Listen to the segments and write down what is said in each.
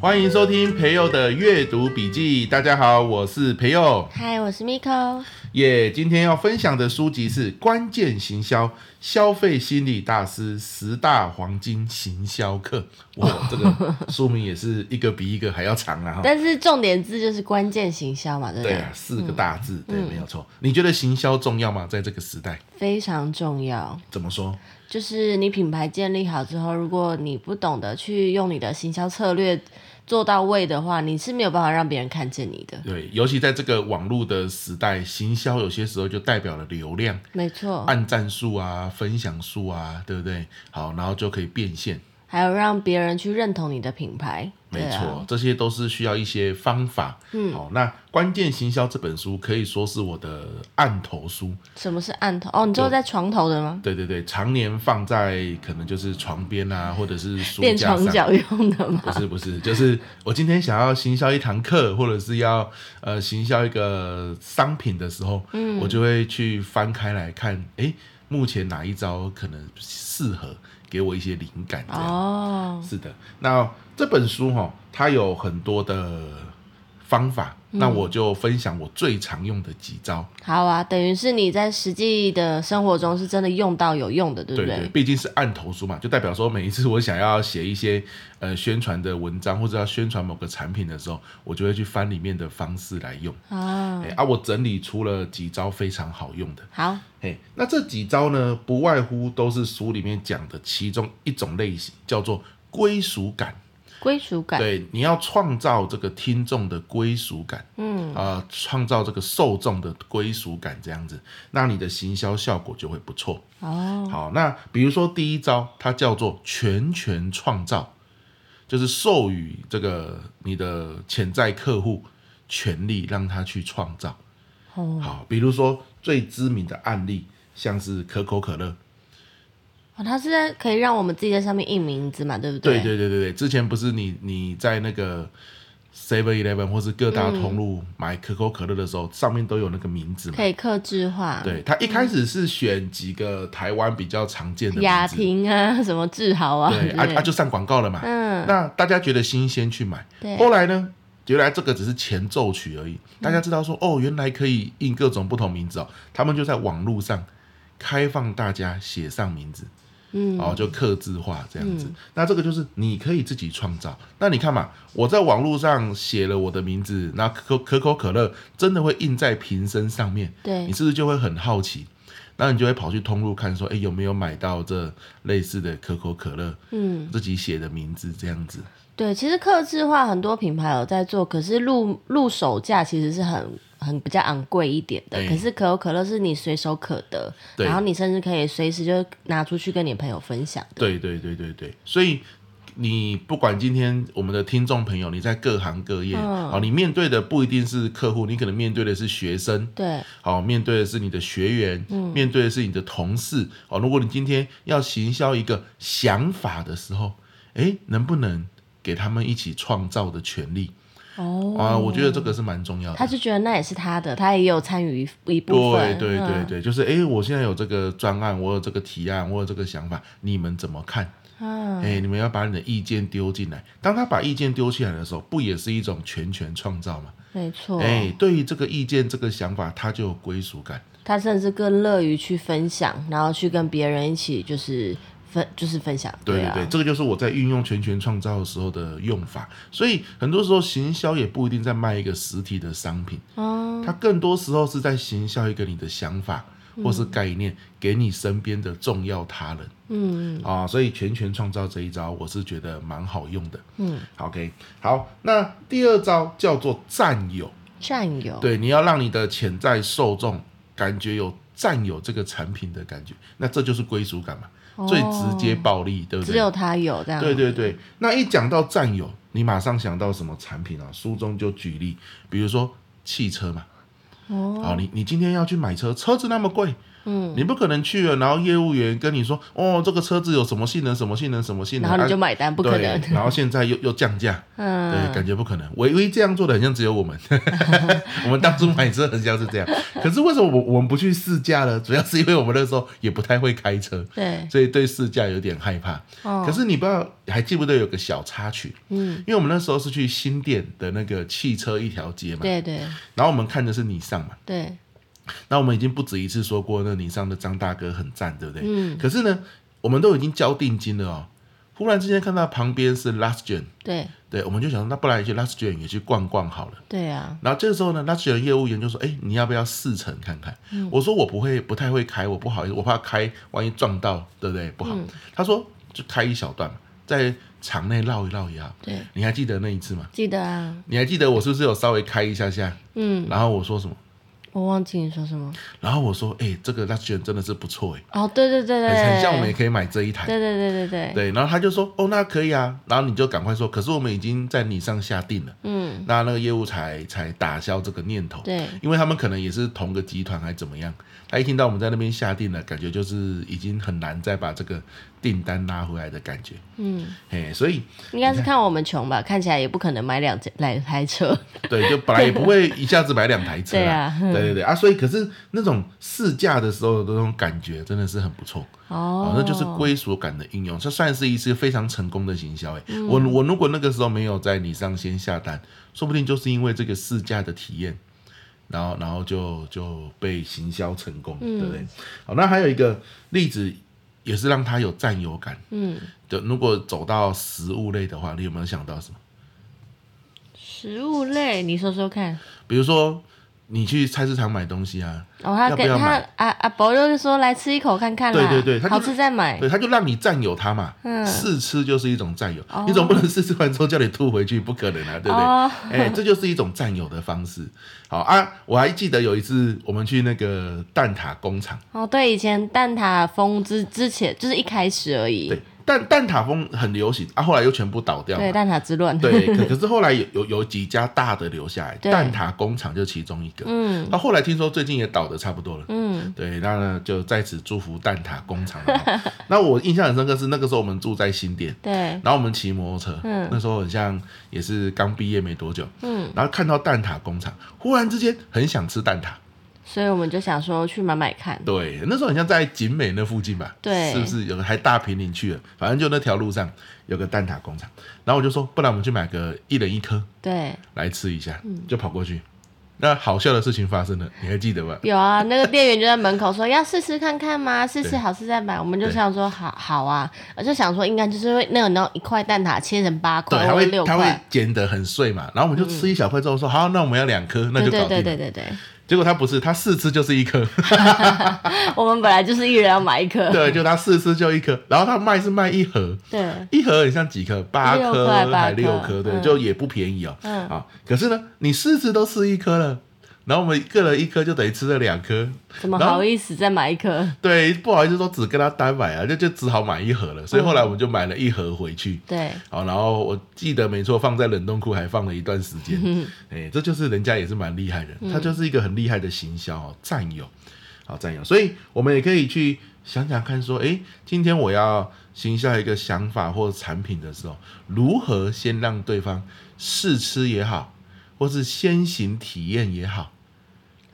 欢迎收听培佑的阅读笔记。大家好，我是培佑。嗨，我是 Miko。耶、今天要分享的书籍是《关键行销：消费心理大师十大黄金行销课》。哇，这个书名也是一个比一个还要长啊！哈。但是重点字就是关键行销嘛，对不对对？啊，四个大字，对，没有错。你觉得行销重要吗？在这个时代，非常重要。怎么说？就是你品牌建立好之后，如果你不懂得去用你的行销策略做到位的话，你是没有办法让别人看见你的。对，尤其在这个网络的时代，行销有些时候就代表了流量、没错，按赞数啊、分享数啊，对不对？好，然后就可以变现。还有让别人去认同你的品牌。没对错，啊，这些都是需要一些方法。嗯，好、那《关键行销》这本书可以说是我的案头书。什么是案头？哦，你说在床头的吗？对对对，常年放在可能就是床边啊，或者是书垫架床上。脚用的吗？不是不是，就是我今天想要行销一堂课，或者是要呃行销一个商品的时候，嗯，我就会去翻开来看，诶，目前哪一招可能适合给我一些灵感这样。哦，是的，那这本书哈、它有很多的方法，那我就分享我最常用的几招。好啊，等于是你在实际的生活中是真的用到有用的，对不对对，毕竟是按头书嘛，就代表说每一次我想要写一些呃宣传的文章或者要宣传某个产品的时候，我就会去翻里面的方式来用。啊，哎啊，我整理出了几招非常好用的。好，嘿，那这几招呢，不外乎都是书里面讲的其中一种类型，叫做归属感。归属感。对，你要创造这个听众的归属感，嗯，啊、创造这个受众的归属感，这样子，那你的行销效果就会不错。哦，好，那比如说第一招，它叫做全权创造，就是授予这个你的潜在客户权利，让他去创造。哦好，比如说最知名的案例，像是可口可乐，哦，它是在可以让我们自己在上面印名字嘛，对不对对对对对对，之前不是你你在那个 Seven Eleven 或是各大通嗯路买可口可乐的时候，上面都有那个名字嘛。可以嗯克制化，对，他一开始是选几个台湾比较常见的雅名字，婷啊， 什么志豪啊，对，之啊类啊的就上广告了嘛。嗯，那大家觉得新鲜去买，对，后来呢，原来这个只是前奏曲而已。大家知道说，嗯哦，原来可以印各种不同名字哦，他们就在网络上开放大家写上名字，嗯，哦，就刻字化这样子。那这个就是你可以自己创造。那你看嘛，我在网络上写了我的名字，那可可口可乐真的会印在瓶身上面，你对，是不是就会很好奇？然后你就会跑去通路看，说，哎，有没有买到这类似的可口可乐嗯，自己写的名字这样子？对，其实克制化很多品牌有在做，可是入入手价其实是很很比较昂贵一点的，对可是可口可乐是你随手可得，对然后你甚至可以随时就拿出去跟你朋友分享的，对对对对对，所以你不管今天我们的听众朋友，你在各行各业，嗯哦，你面对的不一定是客户，你可能面对的是学生，对，哦，面对的是你的学员，嗯面对的是你的同事，哦，如果你今天要行销一个想法的时候，诶，能不能给他们一起创造的权利哦，啊？我觉得这个是蛮重要的。他就觉得那也是他的，他也有参与一一部对分，对对嗯对，就是诶，我现在有这个专案，我有这个提案，我有这个想法，你们怎么看？嗯，哎、你们要把你的意见丢进来。当他把意见丢进来的时候，不也是一种全权创造吗？没错，哎、对于这个意见、这个想法，他就有归属感。他甚至更乐于去分享，然后去跟别人一起就是分就是分享，对对啊，对，这个就是我在运用全权创造的时候的用法。所以很多时候，行销也不一定在卖一个实体的商品，哦，它更多时候是在行销一个你的想法或是概念，给你身边的重要他人。嗯，啊、所以全权创造这一招，我是觉得蛮好用的。嗯，OK，好，那第二招叫做占有。哦占有，对，你要让你的潜在受众感觉有占有这个产品的感觉，那这就是归属感嘛，哦最直接暴力，对不只对？有他有这样，对对对，那一讲到占有，你马上想到什么产品啊？书中就举例，比如说汽车嘛，哦，好、你你今天要去买车，车子那么贵，嗯，你不可能去了，然后业务员跟你说，哦，这个车子有什么性能，什么性能，什么性能，然后你就啊买单，不可能。对，然后现在又又降价，对，嗯，感觉不可能。唯一这样做的，很像只有我 们。我们当初买车很像是这样，可是为什么我我们不去试驾呢？主要是因为我们那时候也不太会开车，对，所以对试驾有点害怕。哦可是你不知道，还记不记得有个小插曲？嗯，因为我们那时候是去新店的那个汽车一条街嘛，对对然后我们看的是尼桑嘛，对，那我们已经不止一次说过，那尼桑的张大哥很赞，对不对？嗯，可是呢，我们都已经交定金了哦，忽然之间看到旁边是 Last Gen。对对，我们就想说，那不然去 Last Gen 也去逛逛好了。对啊，然后这个时候呢，那几人业务员就说：“哎，你要不要试乘看看？”嗯我说：“我不会，不太会开，我不好意思，我怕开，万一撞到，对不对？不好。嗯他说：“就开一小段嘛，在场内绕一绕也好。”对，你还记得那一次吗？记得啊，你还记得我是不是有稍微开一下下？嗯，然后我说什么？我忘记你说什么。然后我说：“哎，这个那几人真的是不错哎，哦，对对对对，很很像我们也对可以买这一台。”对对对对，对，然后他就说：“哦，那可以啊。”然后你就赶快说：“可是我们已经在你上下定了。”嗯，那那个业务才才打消这个念头。对因为他们可能也是同个集团还怎么样，他一听到我们在那边下定了，感觉就是已经很难再把这个订单拉回来的感觉。 嗯，嘿，所以应该是看我们穷吧，看起来也不可能买两两台车。对，就本来也不会一下子买两台车 对啦。啊对对对啊，所以可是那种试驾的时候的那种感觉真的是很不错。哦哦，，那就是归属感的应用，这算是一次非常成功的行销诶、我我如果那个时候没有在你上先下单，说不定就是因为这个试驾的体验，然后然后就就被行销成功，对不对？好，那还有一个例子也是让他有占有感。嗯，就如果走到食物类的话，你有没有想到什么？食物类，你说说看。比如说你去菜市场买东西啊，哦，他要不跟要他买啊阿伯就是说来吃一口看看啦，对对对他就好吃再买。对，他就让你占有它嘛，哎嗯试吃就是一种占有，哦你总不能试吃完之后叫你吐回去，不可能啊，对不对？哦，哎、这就是一种占有的方式。好啊，我还记得有一次我们去那个蛋挞工厂，哦，对，以前蛋挞风之之前就是一开始而已，对，蛋蛋挞风很流行啊，后来又全部倒掉对，嘛。蛋挞之乱，对，可可是后来有有有几家大的留下来，对蛋挞工厂就其中一个。 嗯那、后来听说最近也倒的差不多了。嗯，对，那呢就在此祝福蛋挞工厂了 哈。那我印象很深刻是那个时候我们住在新店，对，然后我们骑摩托车，嗯那时候很像也是刚毕业没多久，嗯，然后看到蛋挞工厂，忽然之间很想吃蛋挞，所以我们就想说去买买看，对，那时候好像在景美那附近吧，对是不是有个还大平林去了？反正就那条路上有个蛋挞工厂，然后我就说，不然我们去买个一人一颗对，来吃一下，嗯就跑过去。那好笑的事情发生了，你还记得吧？有啊，那个店员就在门口说要试试看看吗？试吃对好吃再买，我们就对想说好好啊，我就想说应该就是会那种那种一块蛋挞切成八对，块它或者会六它会块，煎得很碎嘛，然后我们就吃一小块之后说，好，那我们要两颗，那对就对搞定对了。对对对，结果他不是，他四吃就是一颗，我们本来就是一人要买一 颗，对，就他四吃就一颗，然后他卖是卖一盒，对一盒很像几颗，八六颗块八还六颗颗，对，嗯就也不便宜哦。嗯啊，可是呢，你四次都吃一颗了，然后我们一个人一颗就等于吃了两颗，怎么然后好意思再买一颗？对，不好意思说只跟他单买啊，就就只好买一盒了，所以后来我们就买了一盒回去。对，好，然后我记得没错，放在冷冻库还放了一段时间。 哎，这就是人家也是蛮厉害的，嗯他就是一个很厉害的行销哦，占有，好占有。所以我们也可以去想想看，说，哎，今天我要行销一个想法或产品的时候，如何先让对方试吃也好，或是先行体验也好，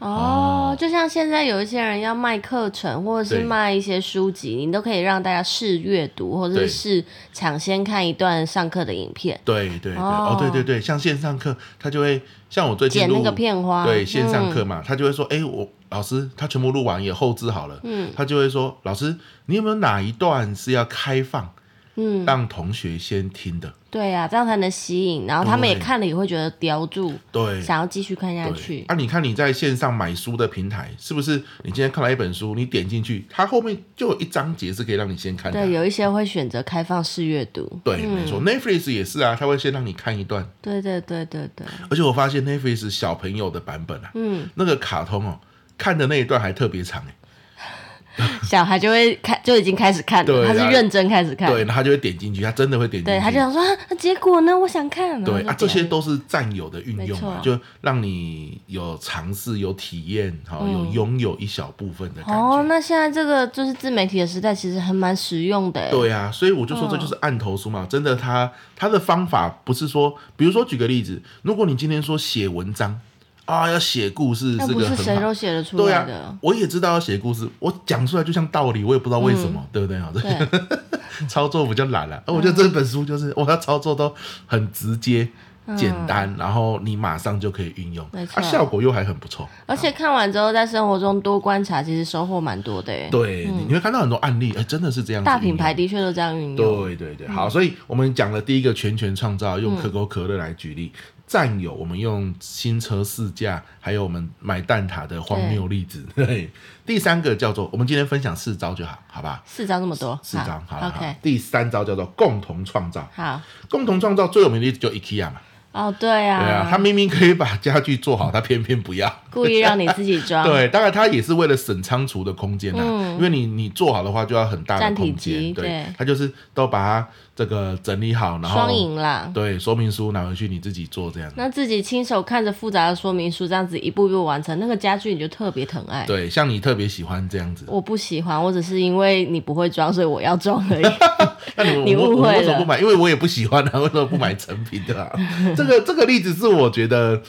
哦，就像现在有一些人要卖课程，或者是啊对卖一些书籍，你都可以让大家试阅读，或者对是试抢先看一段上课的影片，对对对，哦哦对对对，像线上课，他就会像我最近剪那录个片花。对线上嗯课嘛，他就会说，哎、我老师他全部录完也后置好了，嗯他就会说，老师你有没有哪一段是要开放，嗯，让同学先听的？对呀、这样才能吸引，然后他们也看了也会觉得叼住，对。想要继续看下对去，。啊，你看你在线上买书的平台，是不是？你今天看了一本书，你点进去，它后面就有一章节是可以让你先看的。对，有一嗯些会选择开放式阅读。对，没错，Netflix 也是啊，它会先让你看一段，对对对对对，而且我发现 Netflix 小朋友的版本啊，嗯，那个卡通哦，看的那一段还特别长哎，小孩就会看，就已经开始看了，对他是啊认真开始看，对，他就会点进去，他真的会点进对，去。他就想说啊，那结果呢？我想看。然后对就啊，这些点都是占有的运用嘛，没就让你有尝试、有体验，好、有拥有一小部分的感觉。嗯哦，那现在这个就是自媒体的时代，其实还蛮实用的。，欸对啊，所以我就说嗯这就是按头书嘛，真的他他的方法不是说，比如说举个例子，如果你今天说写文章啊，要写故事那是不个是谁很好都。写得出对来啊的。，我也知道要写故事，我讲出来就像道理，我也不知道为什么，对不对啊？嗯对， 嗯操作比较难了、而我觉得这本书就是我要操作都很直接、简单，然后你马上就可以运用，嗯没啊，错哎效果又还很不错。而且看完之后，在生活中多观察，其实收获蛮多的耶。欸对，你你会看到很多案例，哎，真的是这样子运用。嗯大品牌的确都这嗯样运用。对对对，好，所以我们讲了第一个全权创造，嗯用可口可乐来举例，占有我们用新车试驾，还有我们买蛋挞的荒谬例子。 对，第三个叫做我们今天分享四招就好，好吧？四张这么多，四招，好好了。 ，OK，好第三招叫做共同创造，好，共同创造最有名的例子就 IKEA 嘛，哦，对对啊，他啊，明明可以把家具做好，他偏偏不要。故意让你自己 装，对，当然它也是为了省仓储的空间呐、啊啊嗯因为你你做好的话就要很大的占体空间，积对对，它就是都把它这个整理好，然后双赢啦。对说明书拿回去你自己做这样。那自己亲手看着复杂的说明书，这样子一步一步完成，那个家具你就特别疼爱。对，像你特别喜欢这样子，我不喜欢，我只是因为你不会装，所以我要装而已。那你们你我误我会为什么了不买？因为我也不喜欢啊，为 什么不买成品 的、啊？这个这个例子是我觉得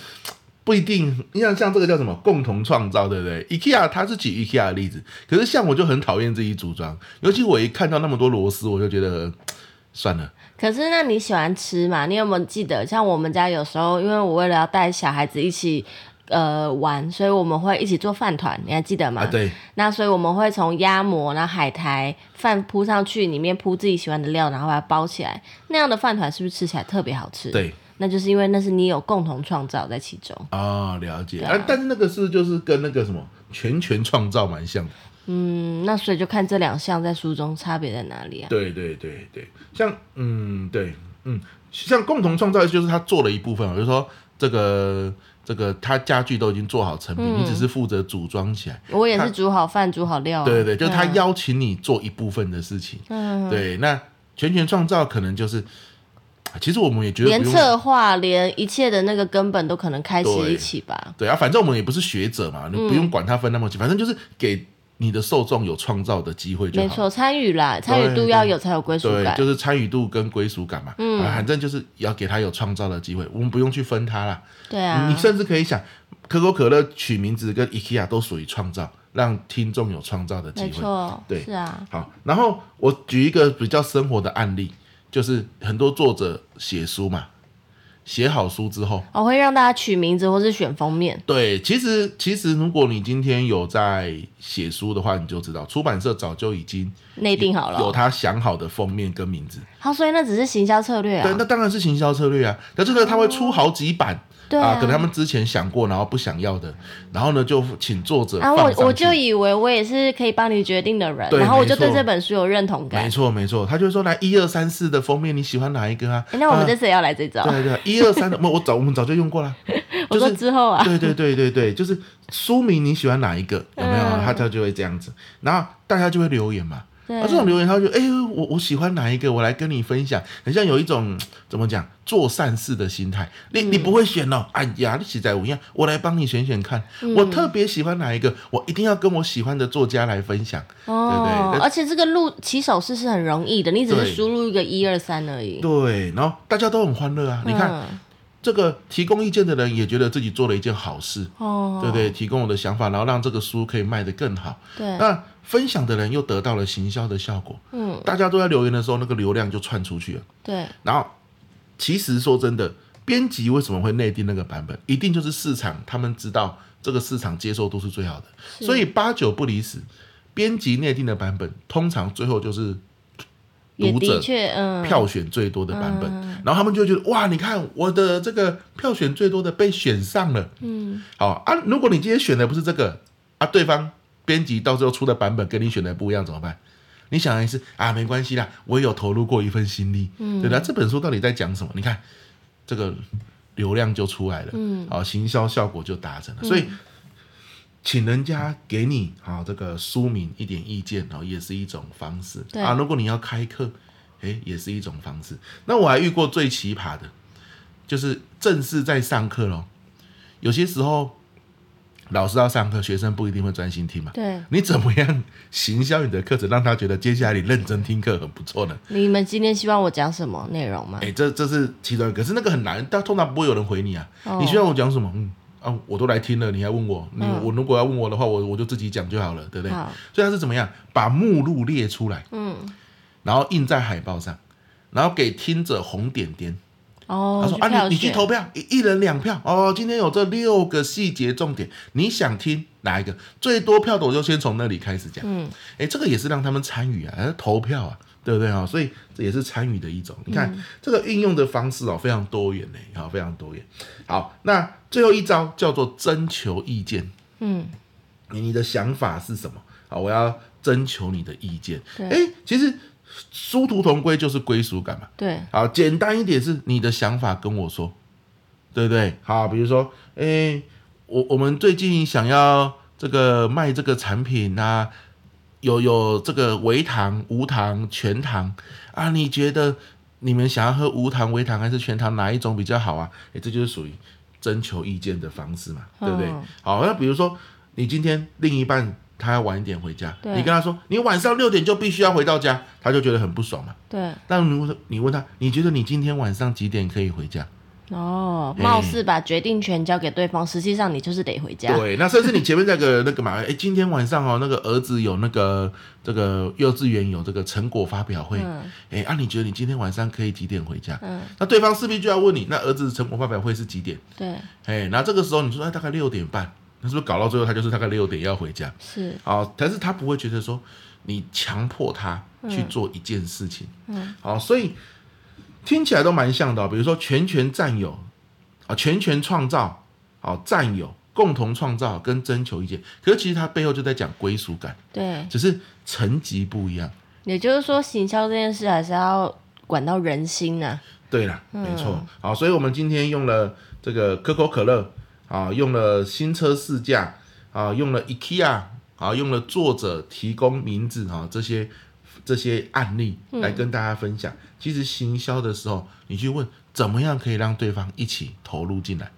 不一定，你像像这个叫什么共同创造，对不对？IKEA 它是举 IKEA 的例子，可是像我就很讨厌自己组装，尤其我一看到那么多螺丝，我就觉得呃算了。可是那你喜欢吃嘛？你有没有记得，像我们家有时候，因为我为了要带小孩子一起。呃，玩，所以我们会一起做饭团，你还记得吗？啊，对，那所以我们会从鸭膜，然后海苔饭铺上去，里面铺自己喜欢的料，然后把它包起来。那样的饭团是不是吃起来特别好吃？，对那就是因为那是你有共同创造在其中。哦，了解。对啊啊，但是那个是就是跟那个什么全权创造蛮像的。嗯，那所以就看这两项在书中差别在哪里啊？对对对对，像嗯对嗯，像共同创造就是他做了一部分嘛，比如说这个这个他家具都已经做好成品，嗯你只是负责组装起来。我也它是煮好饭，煮好料、啊。对对，就是他嗯邀请你做一部分的事情。嗯，对，那全权创造可能就是，其实我们也觉得连不用策划，连一切的那个根本都可能开始一起吧。对啊，反正我们也不是学者嘛，你嗯不用管他分那么细，反正就是给你的受众有创造的机会就好没了。错，参与啦，参与度要有才有归属对，感。就是参与度跟归属感嘛。嗯，反正就是要给他有创造的机会，我们不用去分他啦。对啊，你甚至可以想，可口可乐取名字跟 IKEA 都属于创造，让听众有创造的机没会。错，对是啊，好，然后我举一个比较生活的案例，就是很多作者写书嘛，写好书之后，我会让大家取名字或是选封面。对，其实其实如果你今天有在写书的话，你就知道出版社早就已经内定好了有哦，他想好的封面跟名字。好，所以那只是行销策略对，啊。哦那当然是行销策略啊。那这个他会出好几版。对啊，可能他们之前想过，然后不想要的，然后呢就请作者啊，放上去。我我就以为我也是可以帮你决定的人，对然后我就没错对这本书有认同感没。错没错，他就说来一二三四的封面，你喜欢哪一个啊？诶那我们这啊次也要来这招，对对一二三 的，我我早我们早就用过了，我就说是之后啊，对对对对对，就是书名你喜欢哪一个有没有啊？嗯他他就会这样子，然后大家就会留言嘛。对啊，这种留言他就哎、我我喜欢哪一个，我来跟你分享，很像有一种怎么讲做善事的心态。你嗯你不会选哦，哎呀，你实在无样，我来帮你选选看。嗯我特别喜欢哪一个，我一定要跟我喜欢的作家来分享。对哦对，而且这个路起手式是很容易的，你只对是输入一个一二三而已。对，然后大家都很欢乐啊。你看嗯，这个提供意见的人也觉得自己做了一件好事，哦，对不对？提供我的想法，然后让这个书可以卖得更好。对，那分享的人又得到了行销的效果，嗯，大家都在留言的时候，那个流量就窜出去了。对，然后，其实说真的，编辑为什么会内定那个版本，一定就是市场他们知道这个市场接受度是最好的，所以八九不离十。编辑内定的版本，通常最后就是也读者的确，嗯，票选最多的版本，然后他们就会觉得哇，你看我的这个票选最多的被选上了，嗯，好啊，如果你今天选的不是这个啊，对方编辑到最后出的版本跟你选的不一样怎么办？你想的是啊，没关系啦，我也有投入过一份心力，嗯，对吧？这本书到底在讲什么？你看这个流量就出来了，嗯，好，行销效果就达成了，所以请人家给你啊、这个书名一点意见，然后也是一种方式对啊。如果你要开课，诶，也是一种方式。那我还遇过最奇葩的，就是正式在上课咯，有些时候老师要上课，学生不一定会专心听嘛。对，你怎么样行销你的课程，让他觉得接下来你认真听课很不错呢？你们今天希望我讲什么内容吗哎、？这这是其中一个，可是那个很难，但通常不会有人回你啊。哦你希望我讲什么？嗯啊，我都来听了，你还问我？你、嗯我如果要问我的话，我我就自己讲就好了，对不对？好，所以他是怎么样把目录列出来，嗯，然后印在海报上，然后给听者红点点。哦，他说去啊，票你你去选投票，一一人两票哦。今天有这六个细节重点，你想听哪一个？最多票的我就先从那里开始讲。嗯，哎，这个也是让他们参与啊，呃投票啊，对不对啊？所以这也是参与的一种。你看、嗯这个运用的方式哦，非常多元呢，好，非常多元。好，那最后一招叫做征求意见。嗯，你你的想法是什么？啊，我要征求你的意见。对哎，其实殊途同归就是归属感嘛。对，好，简单一点是你的想法跟我说，对不对？好，比如说，诶，我我们最近想要这个卖这个产品啊，有有这个微糖、无糖、全糖啊，你觉得你们想要喝无糖、微糖还是全糖哪一种比较好啊？诶，这就是属于征求意见的方式嘛，对不对嗯？好，那比如说你今天另一半。他要晚一点回家，对你跟他说你晚上六点就必须要回到家，他就觉得很不爽嘛。对，但如果你问他，你觉得你今天晚上几点可以回家？哦，哎貌似把决定权交给对方，实际上你就是得回家。对，那甚至你前面那个那个嘛，哎，今天晚上哦，那个儿子有那个这个幼稚园有这个成果发表会，嗯哎、啊，你觉得你今天晚上可以几点回家？嗯，那对方势必就要问你，那儿子成果发表会是几点？对，哎，那这个时候你说，哎，大概六点半，那是不是搞到最后他就是大概六点要回家？是，哦，但是他不会觉得说你强迫他去做一件事情，嗯，好、所以听起来都蛮像的哦、比如说全权占有啊，全权创造，好、占有。共同创造跟征求意见，可是其实它背后就在讲归属感，对，只是层级不一样。也就是说，行销这件事还是要管到人心呐、对啦，嗯没错。好，所以我们今天用了这个可口可乐啊，用了新车试驾啊，用了 IKEA 啊，用了作者提供名字啊这些这些案例来跟大家分享。其实行销的时候，你去问怎么样可以让对方一起投入进来，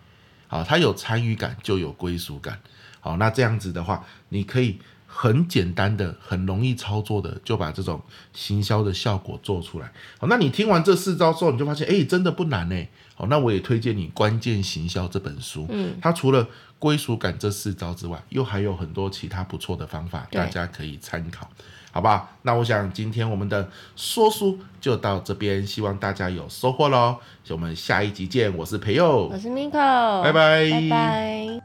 好，他有参与感就有归属感。好，那这样子的话，你可以很简单的、很容易操作的，就把这种行销的效果做出来。好，那你听完这四招之后，你就发现，哎，真的不难呢。好，那我也推荐你《关键行销》这本书，嗯，它除了归属感这四招之外，又还有很多其他不错的方法，对大家可以参考，好不好？那我想今天我们的说书就到这边，希望大家有收获喽。我们下一集见，我是培佑，我是 Miko，拜拜拜拜。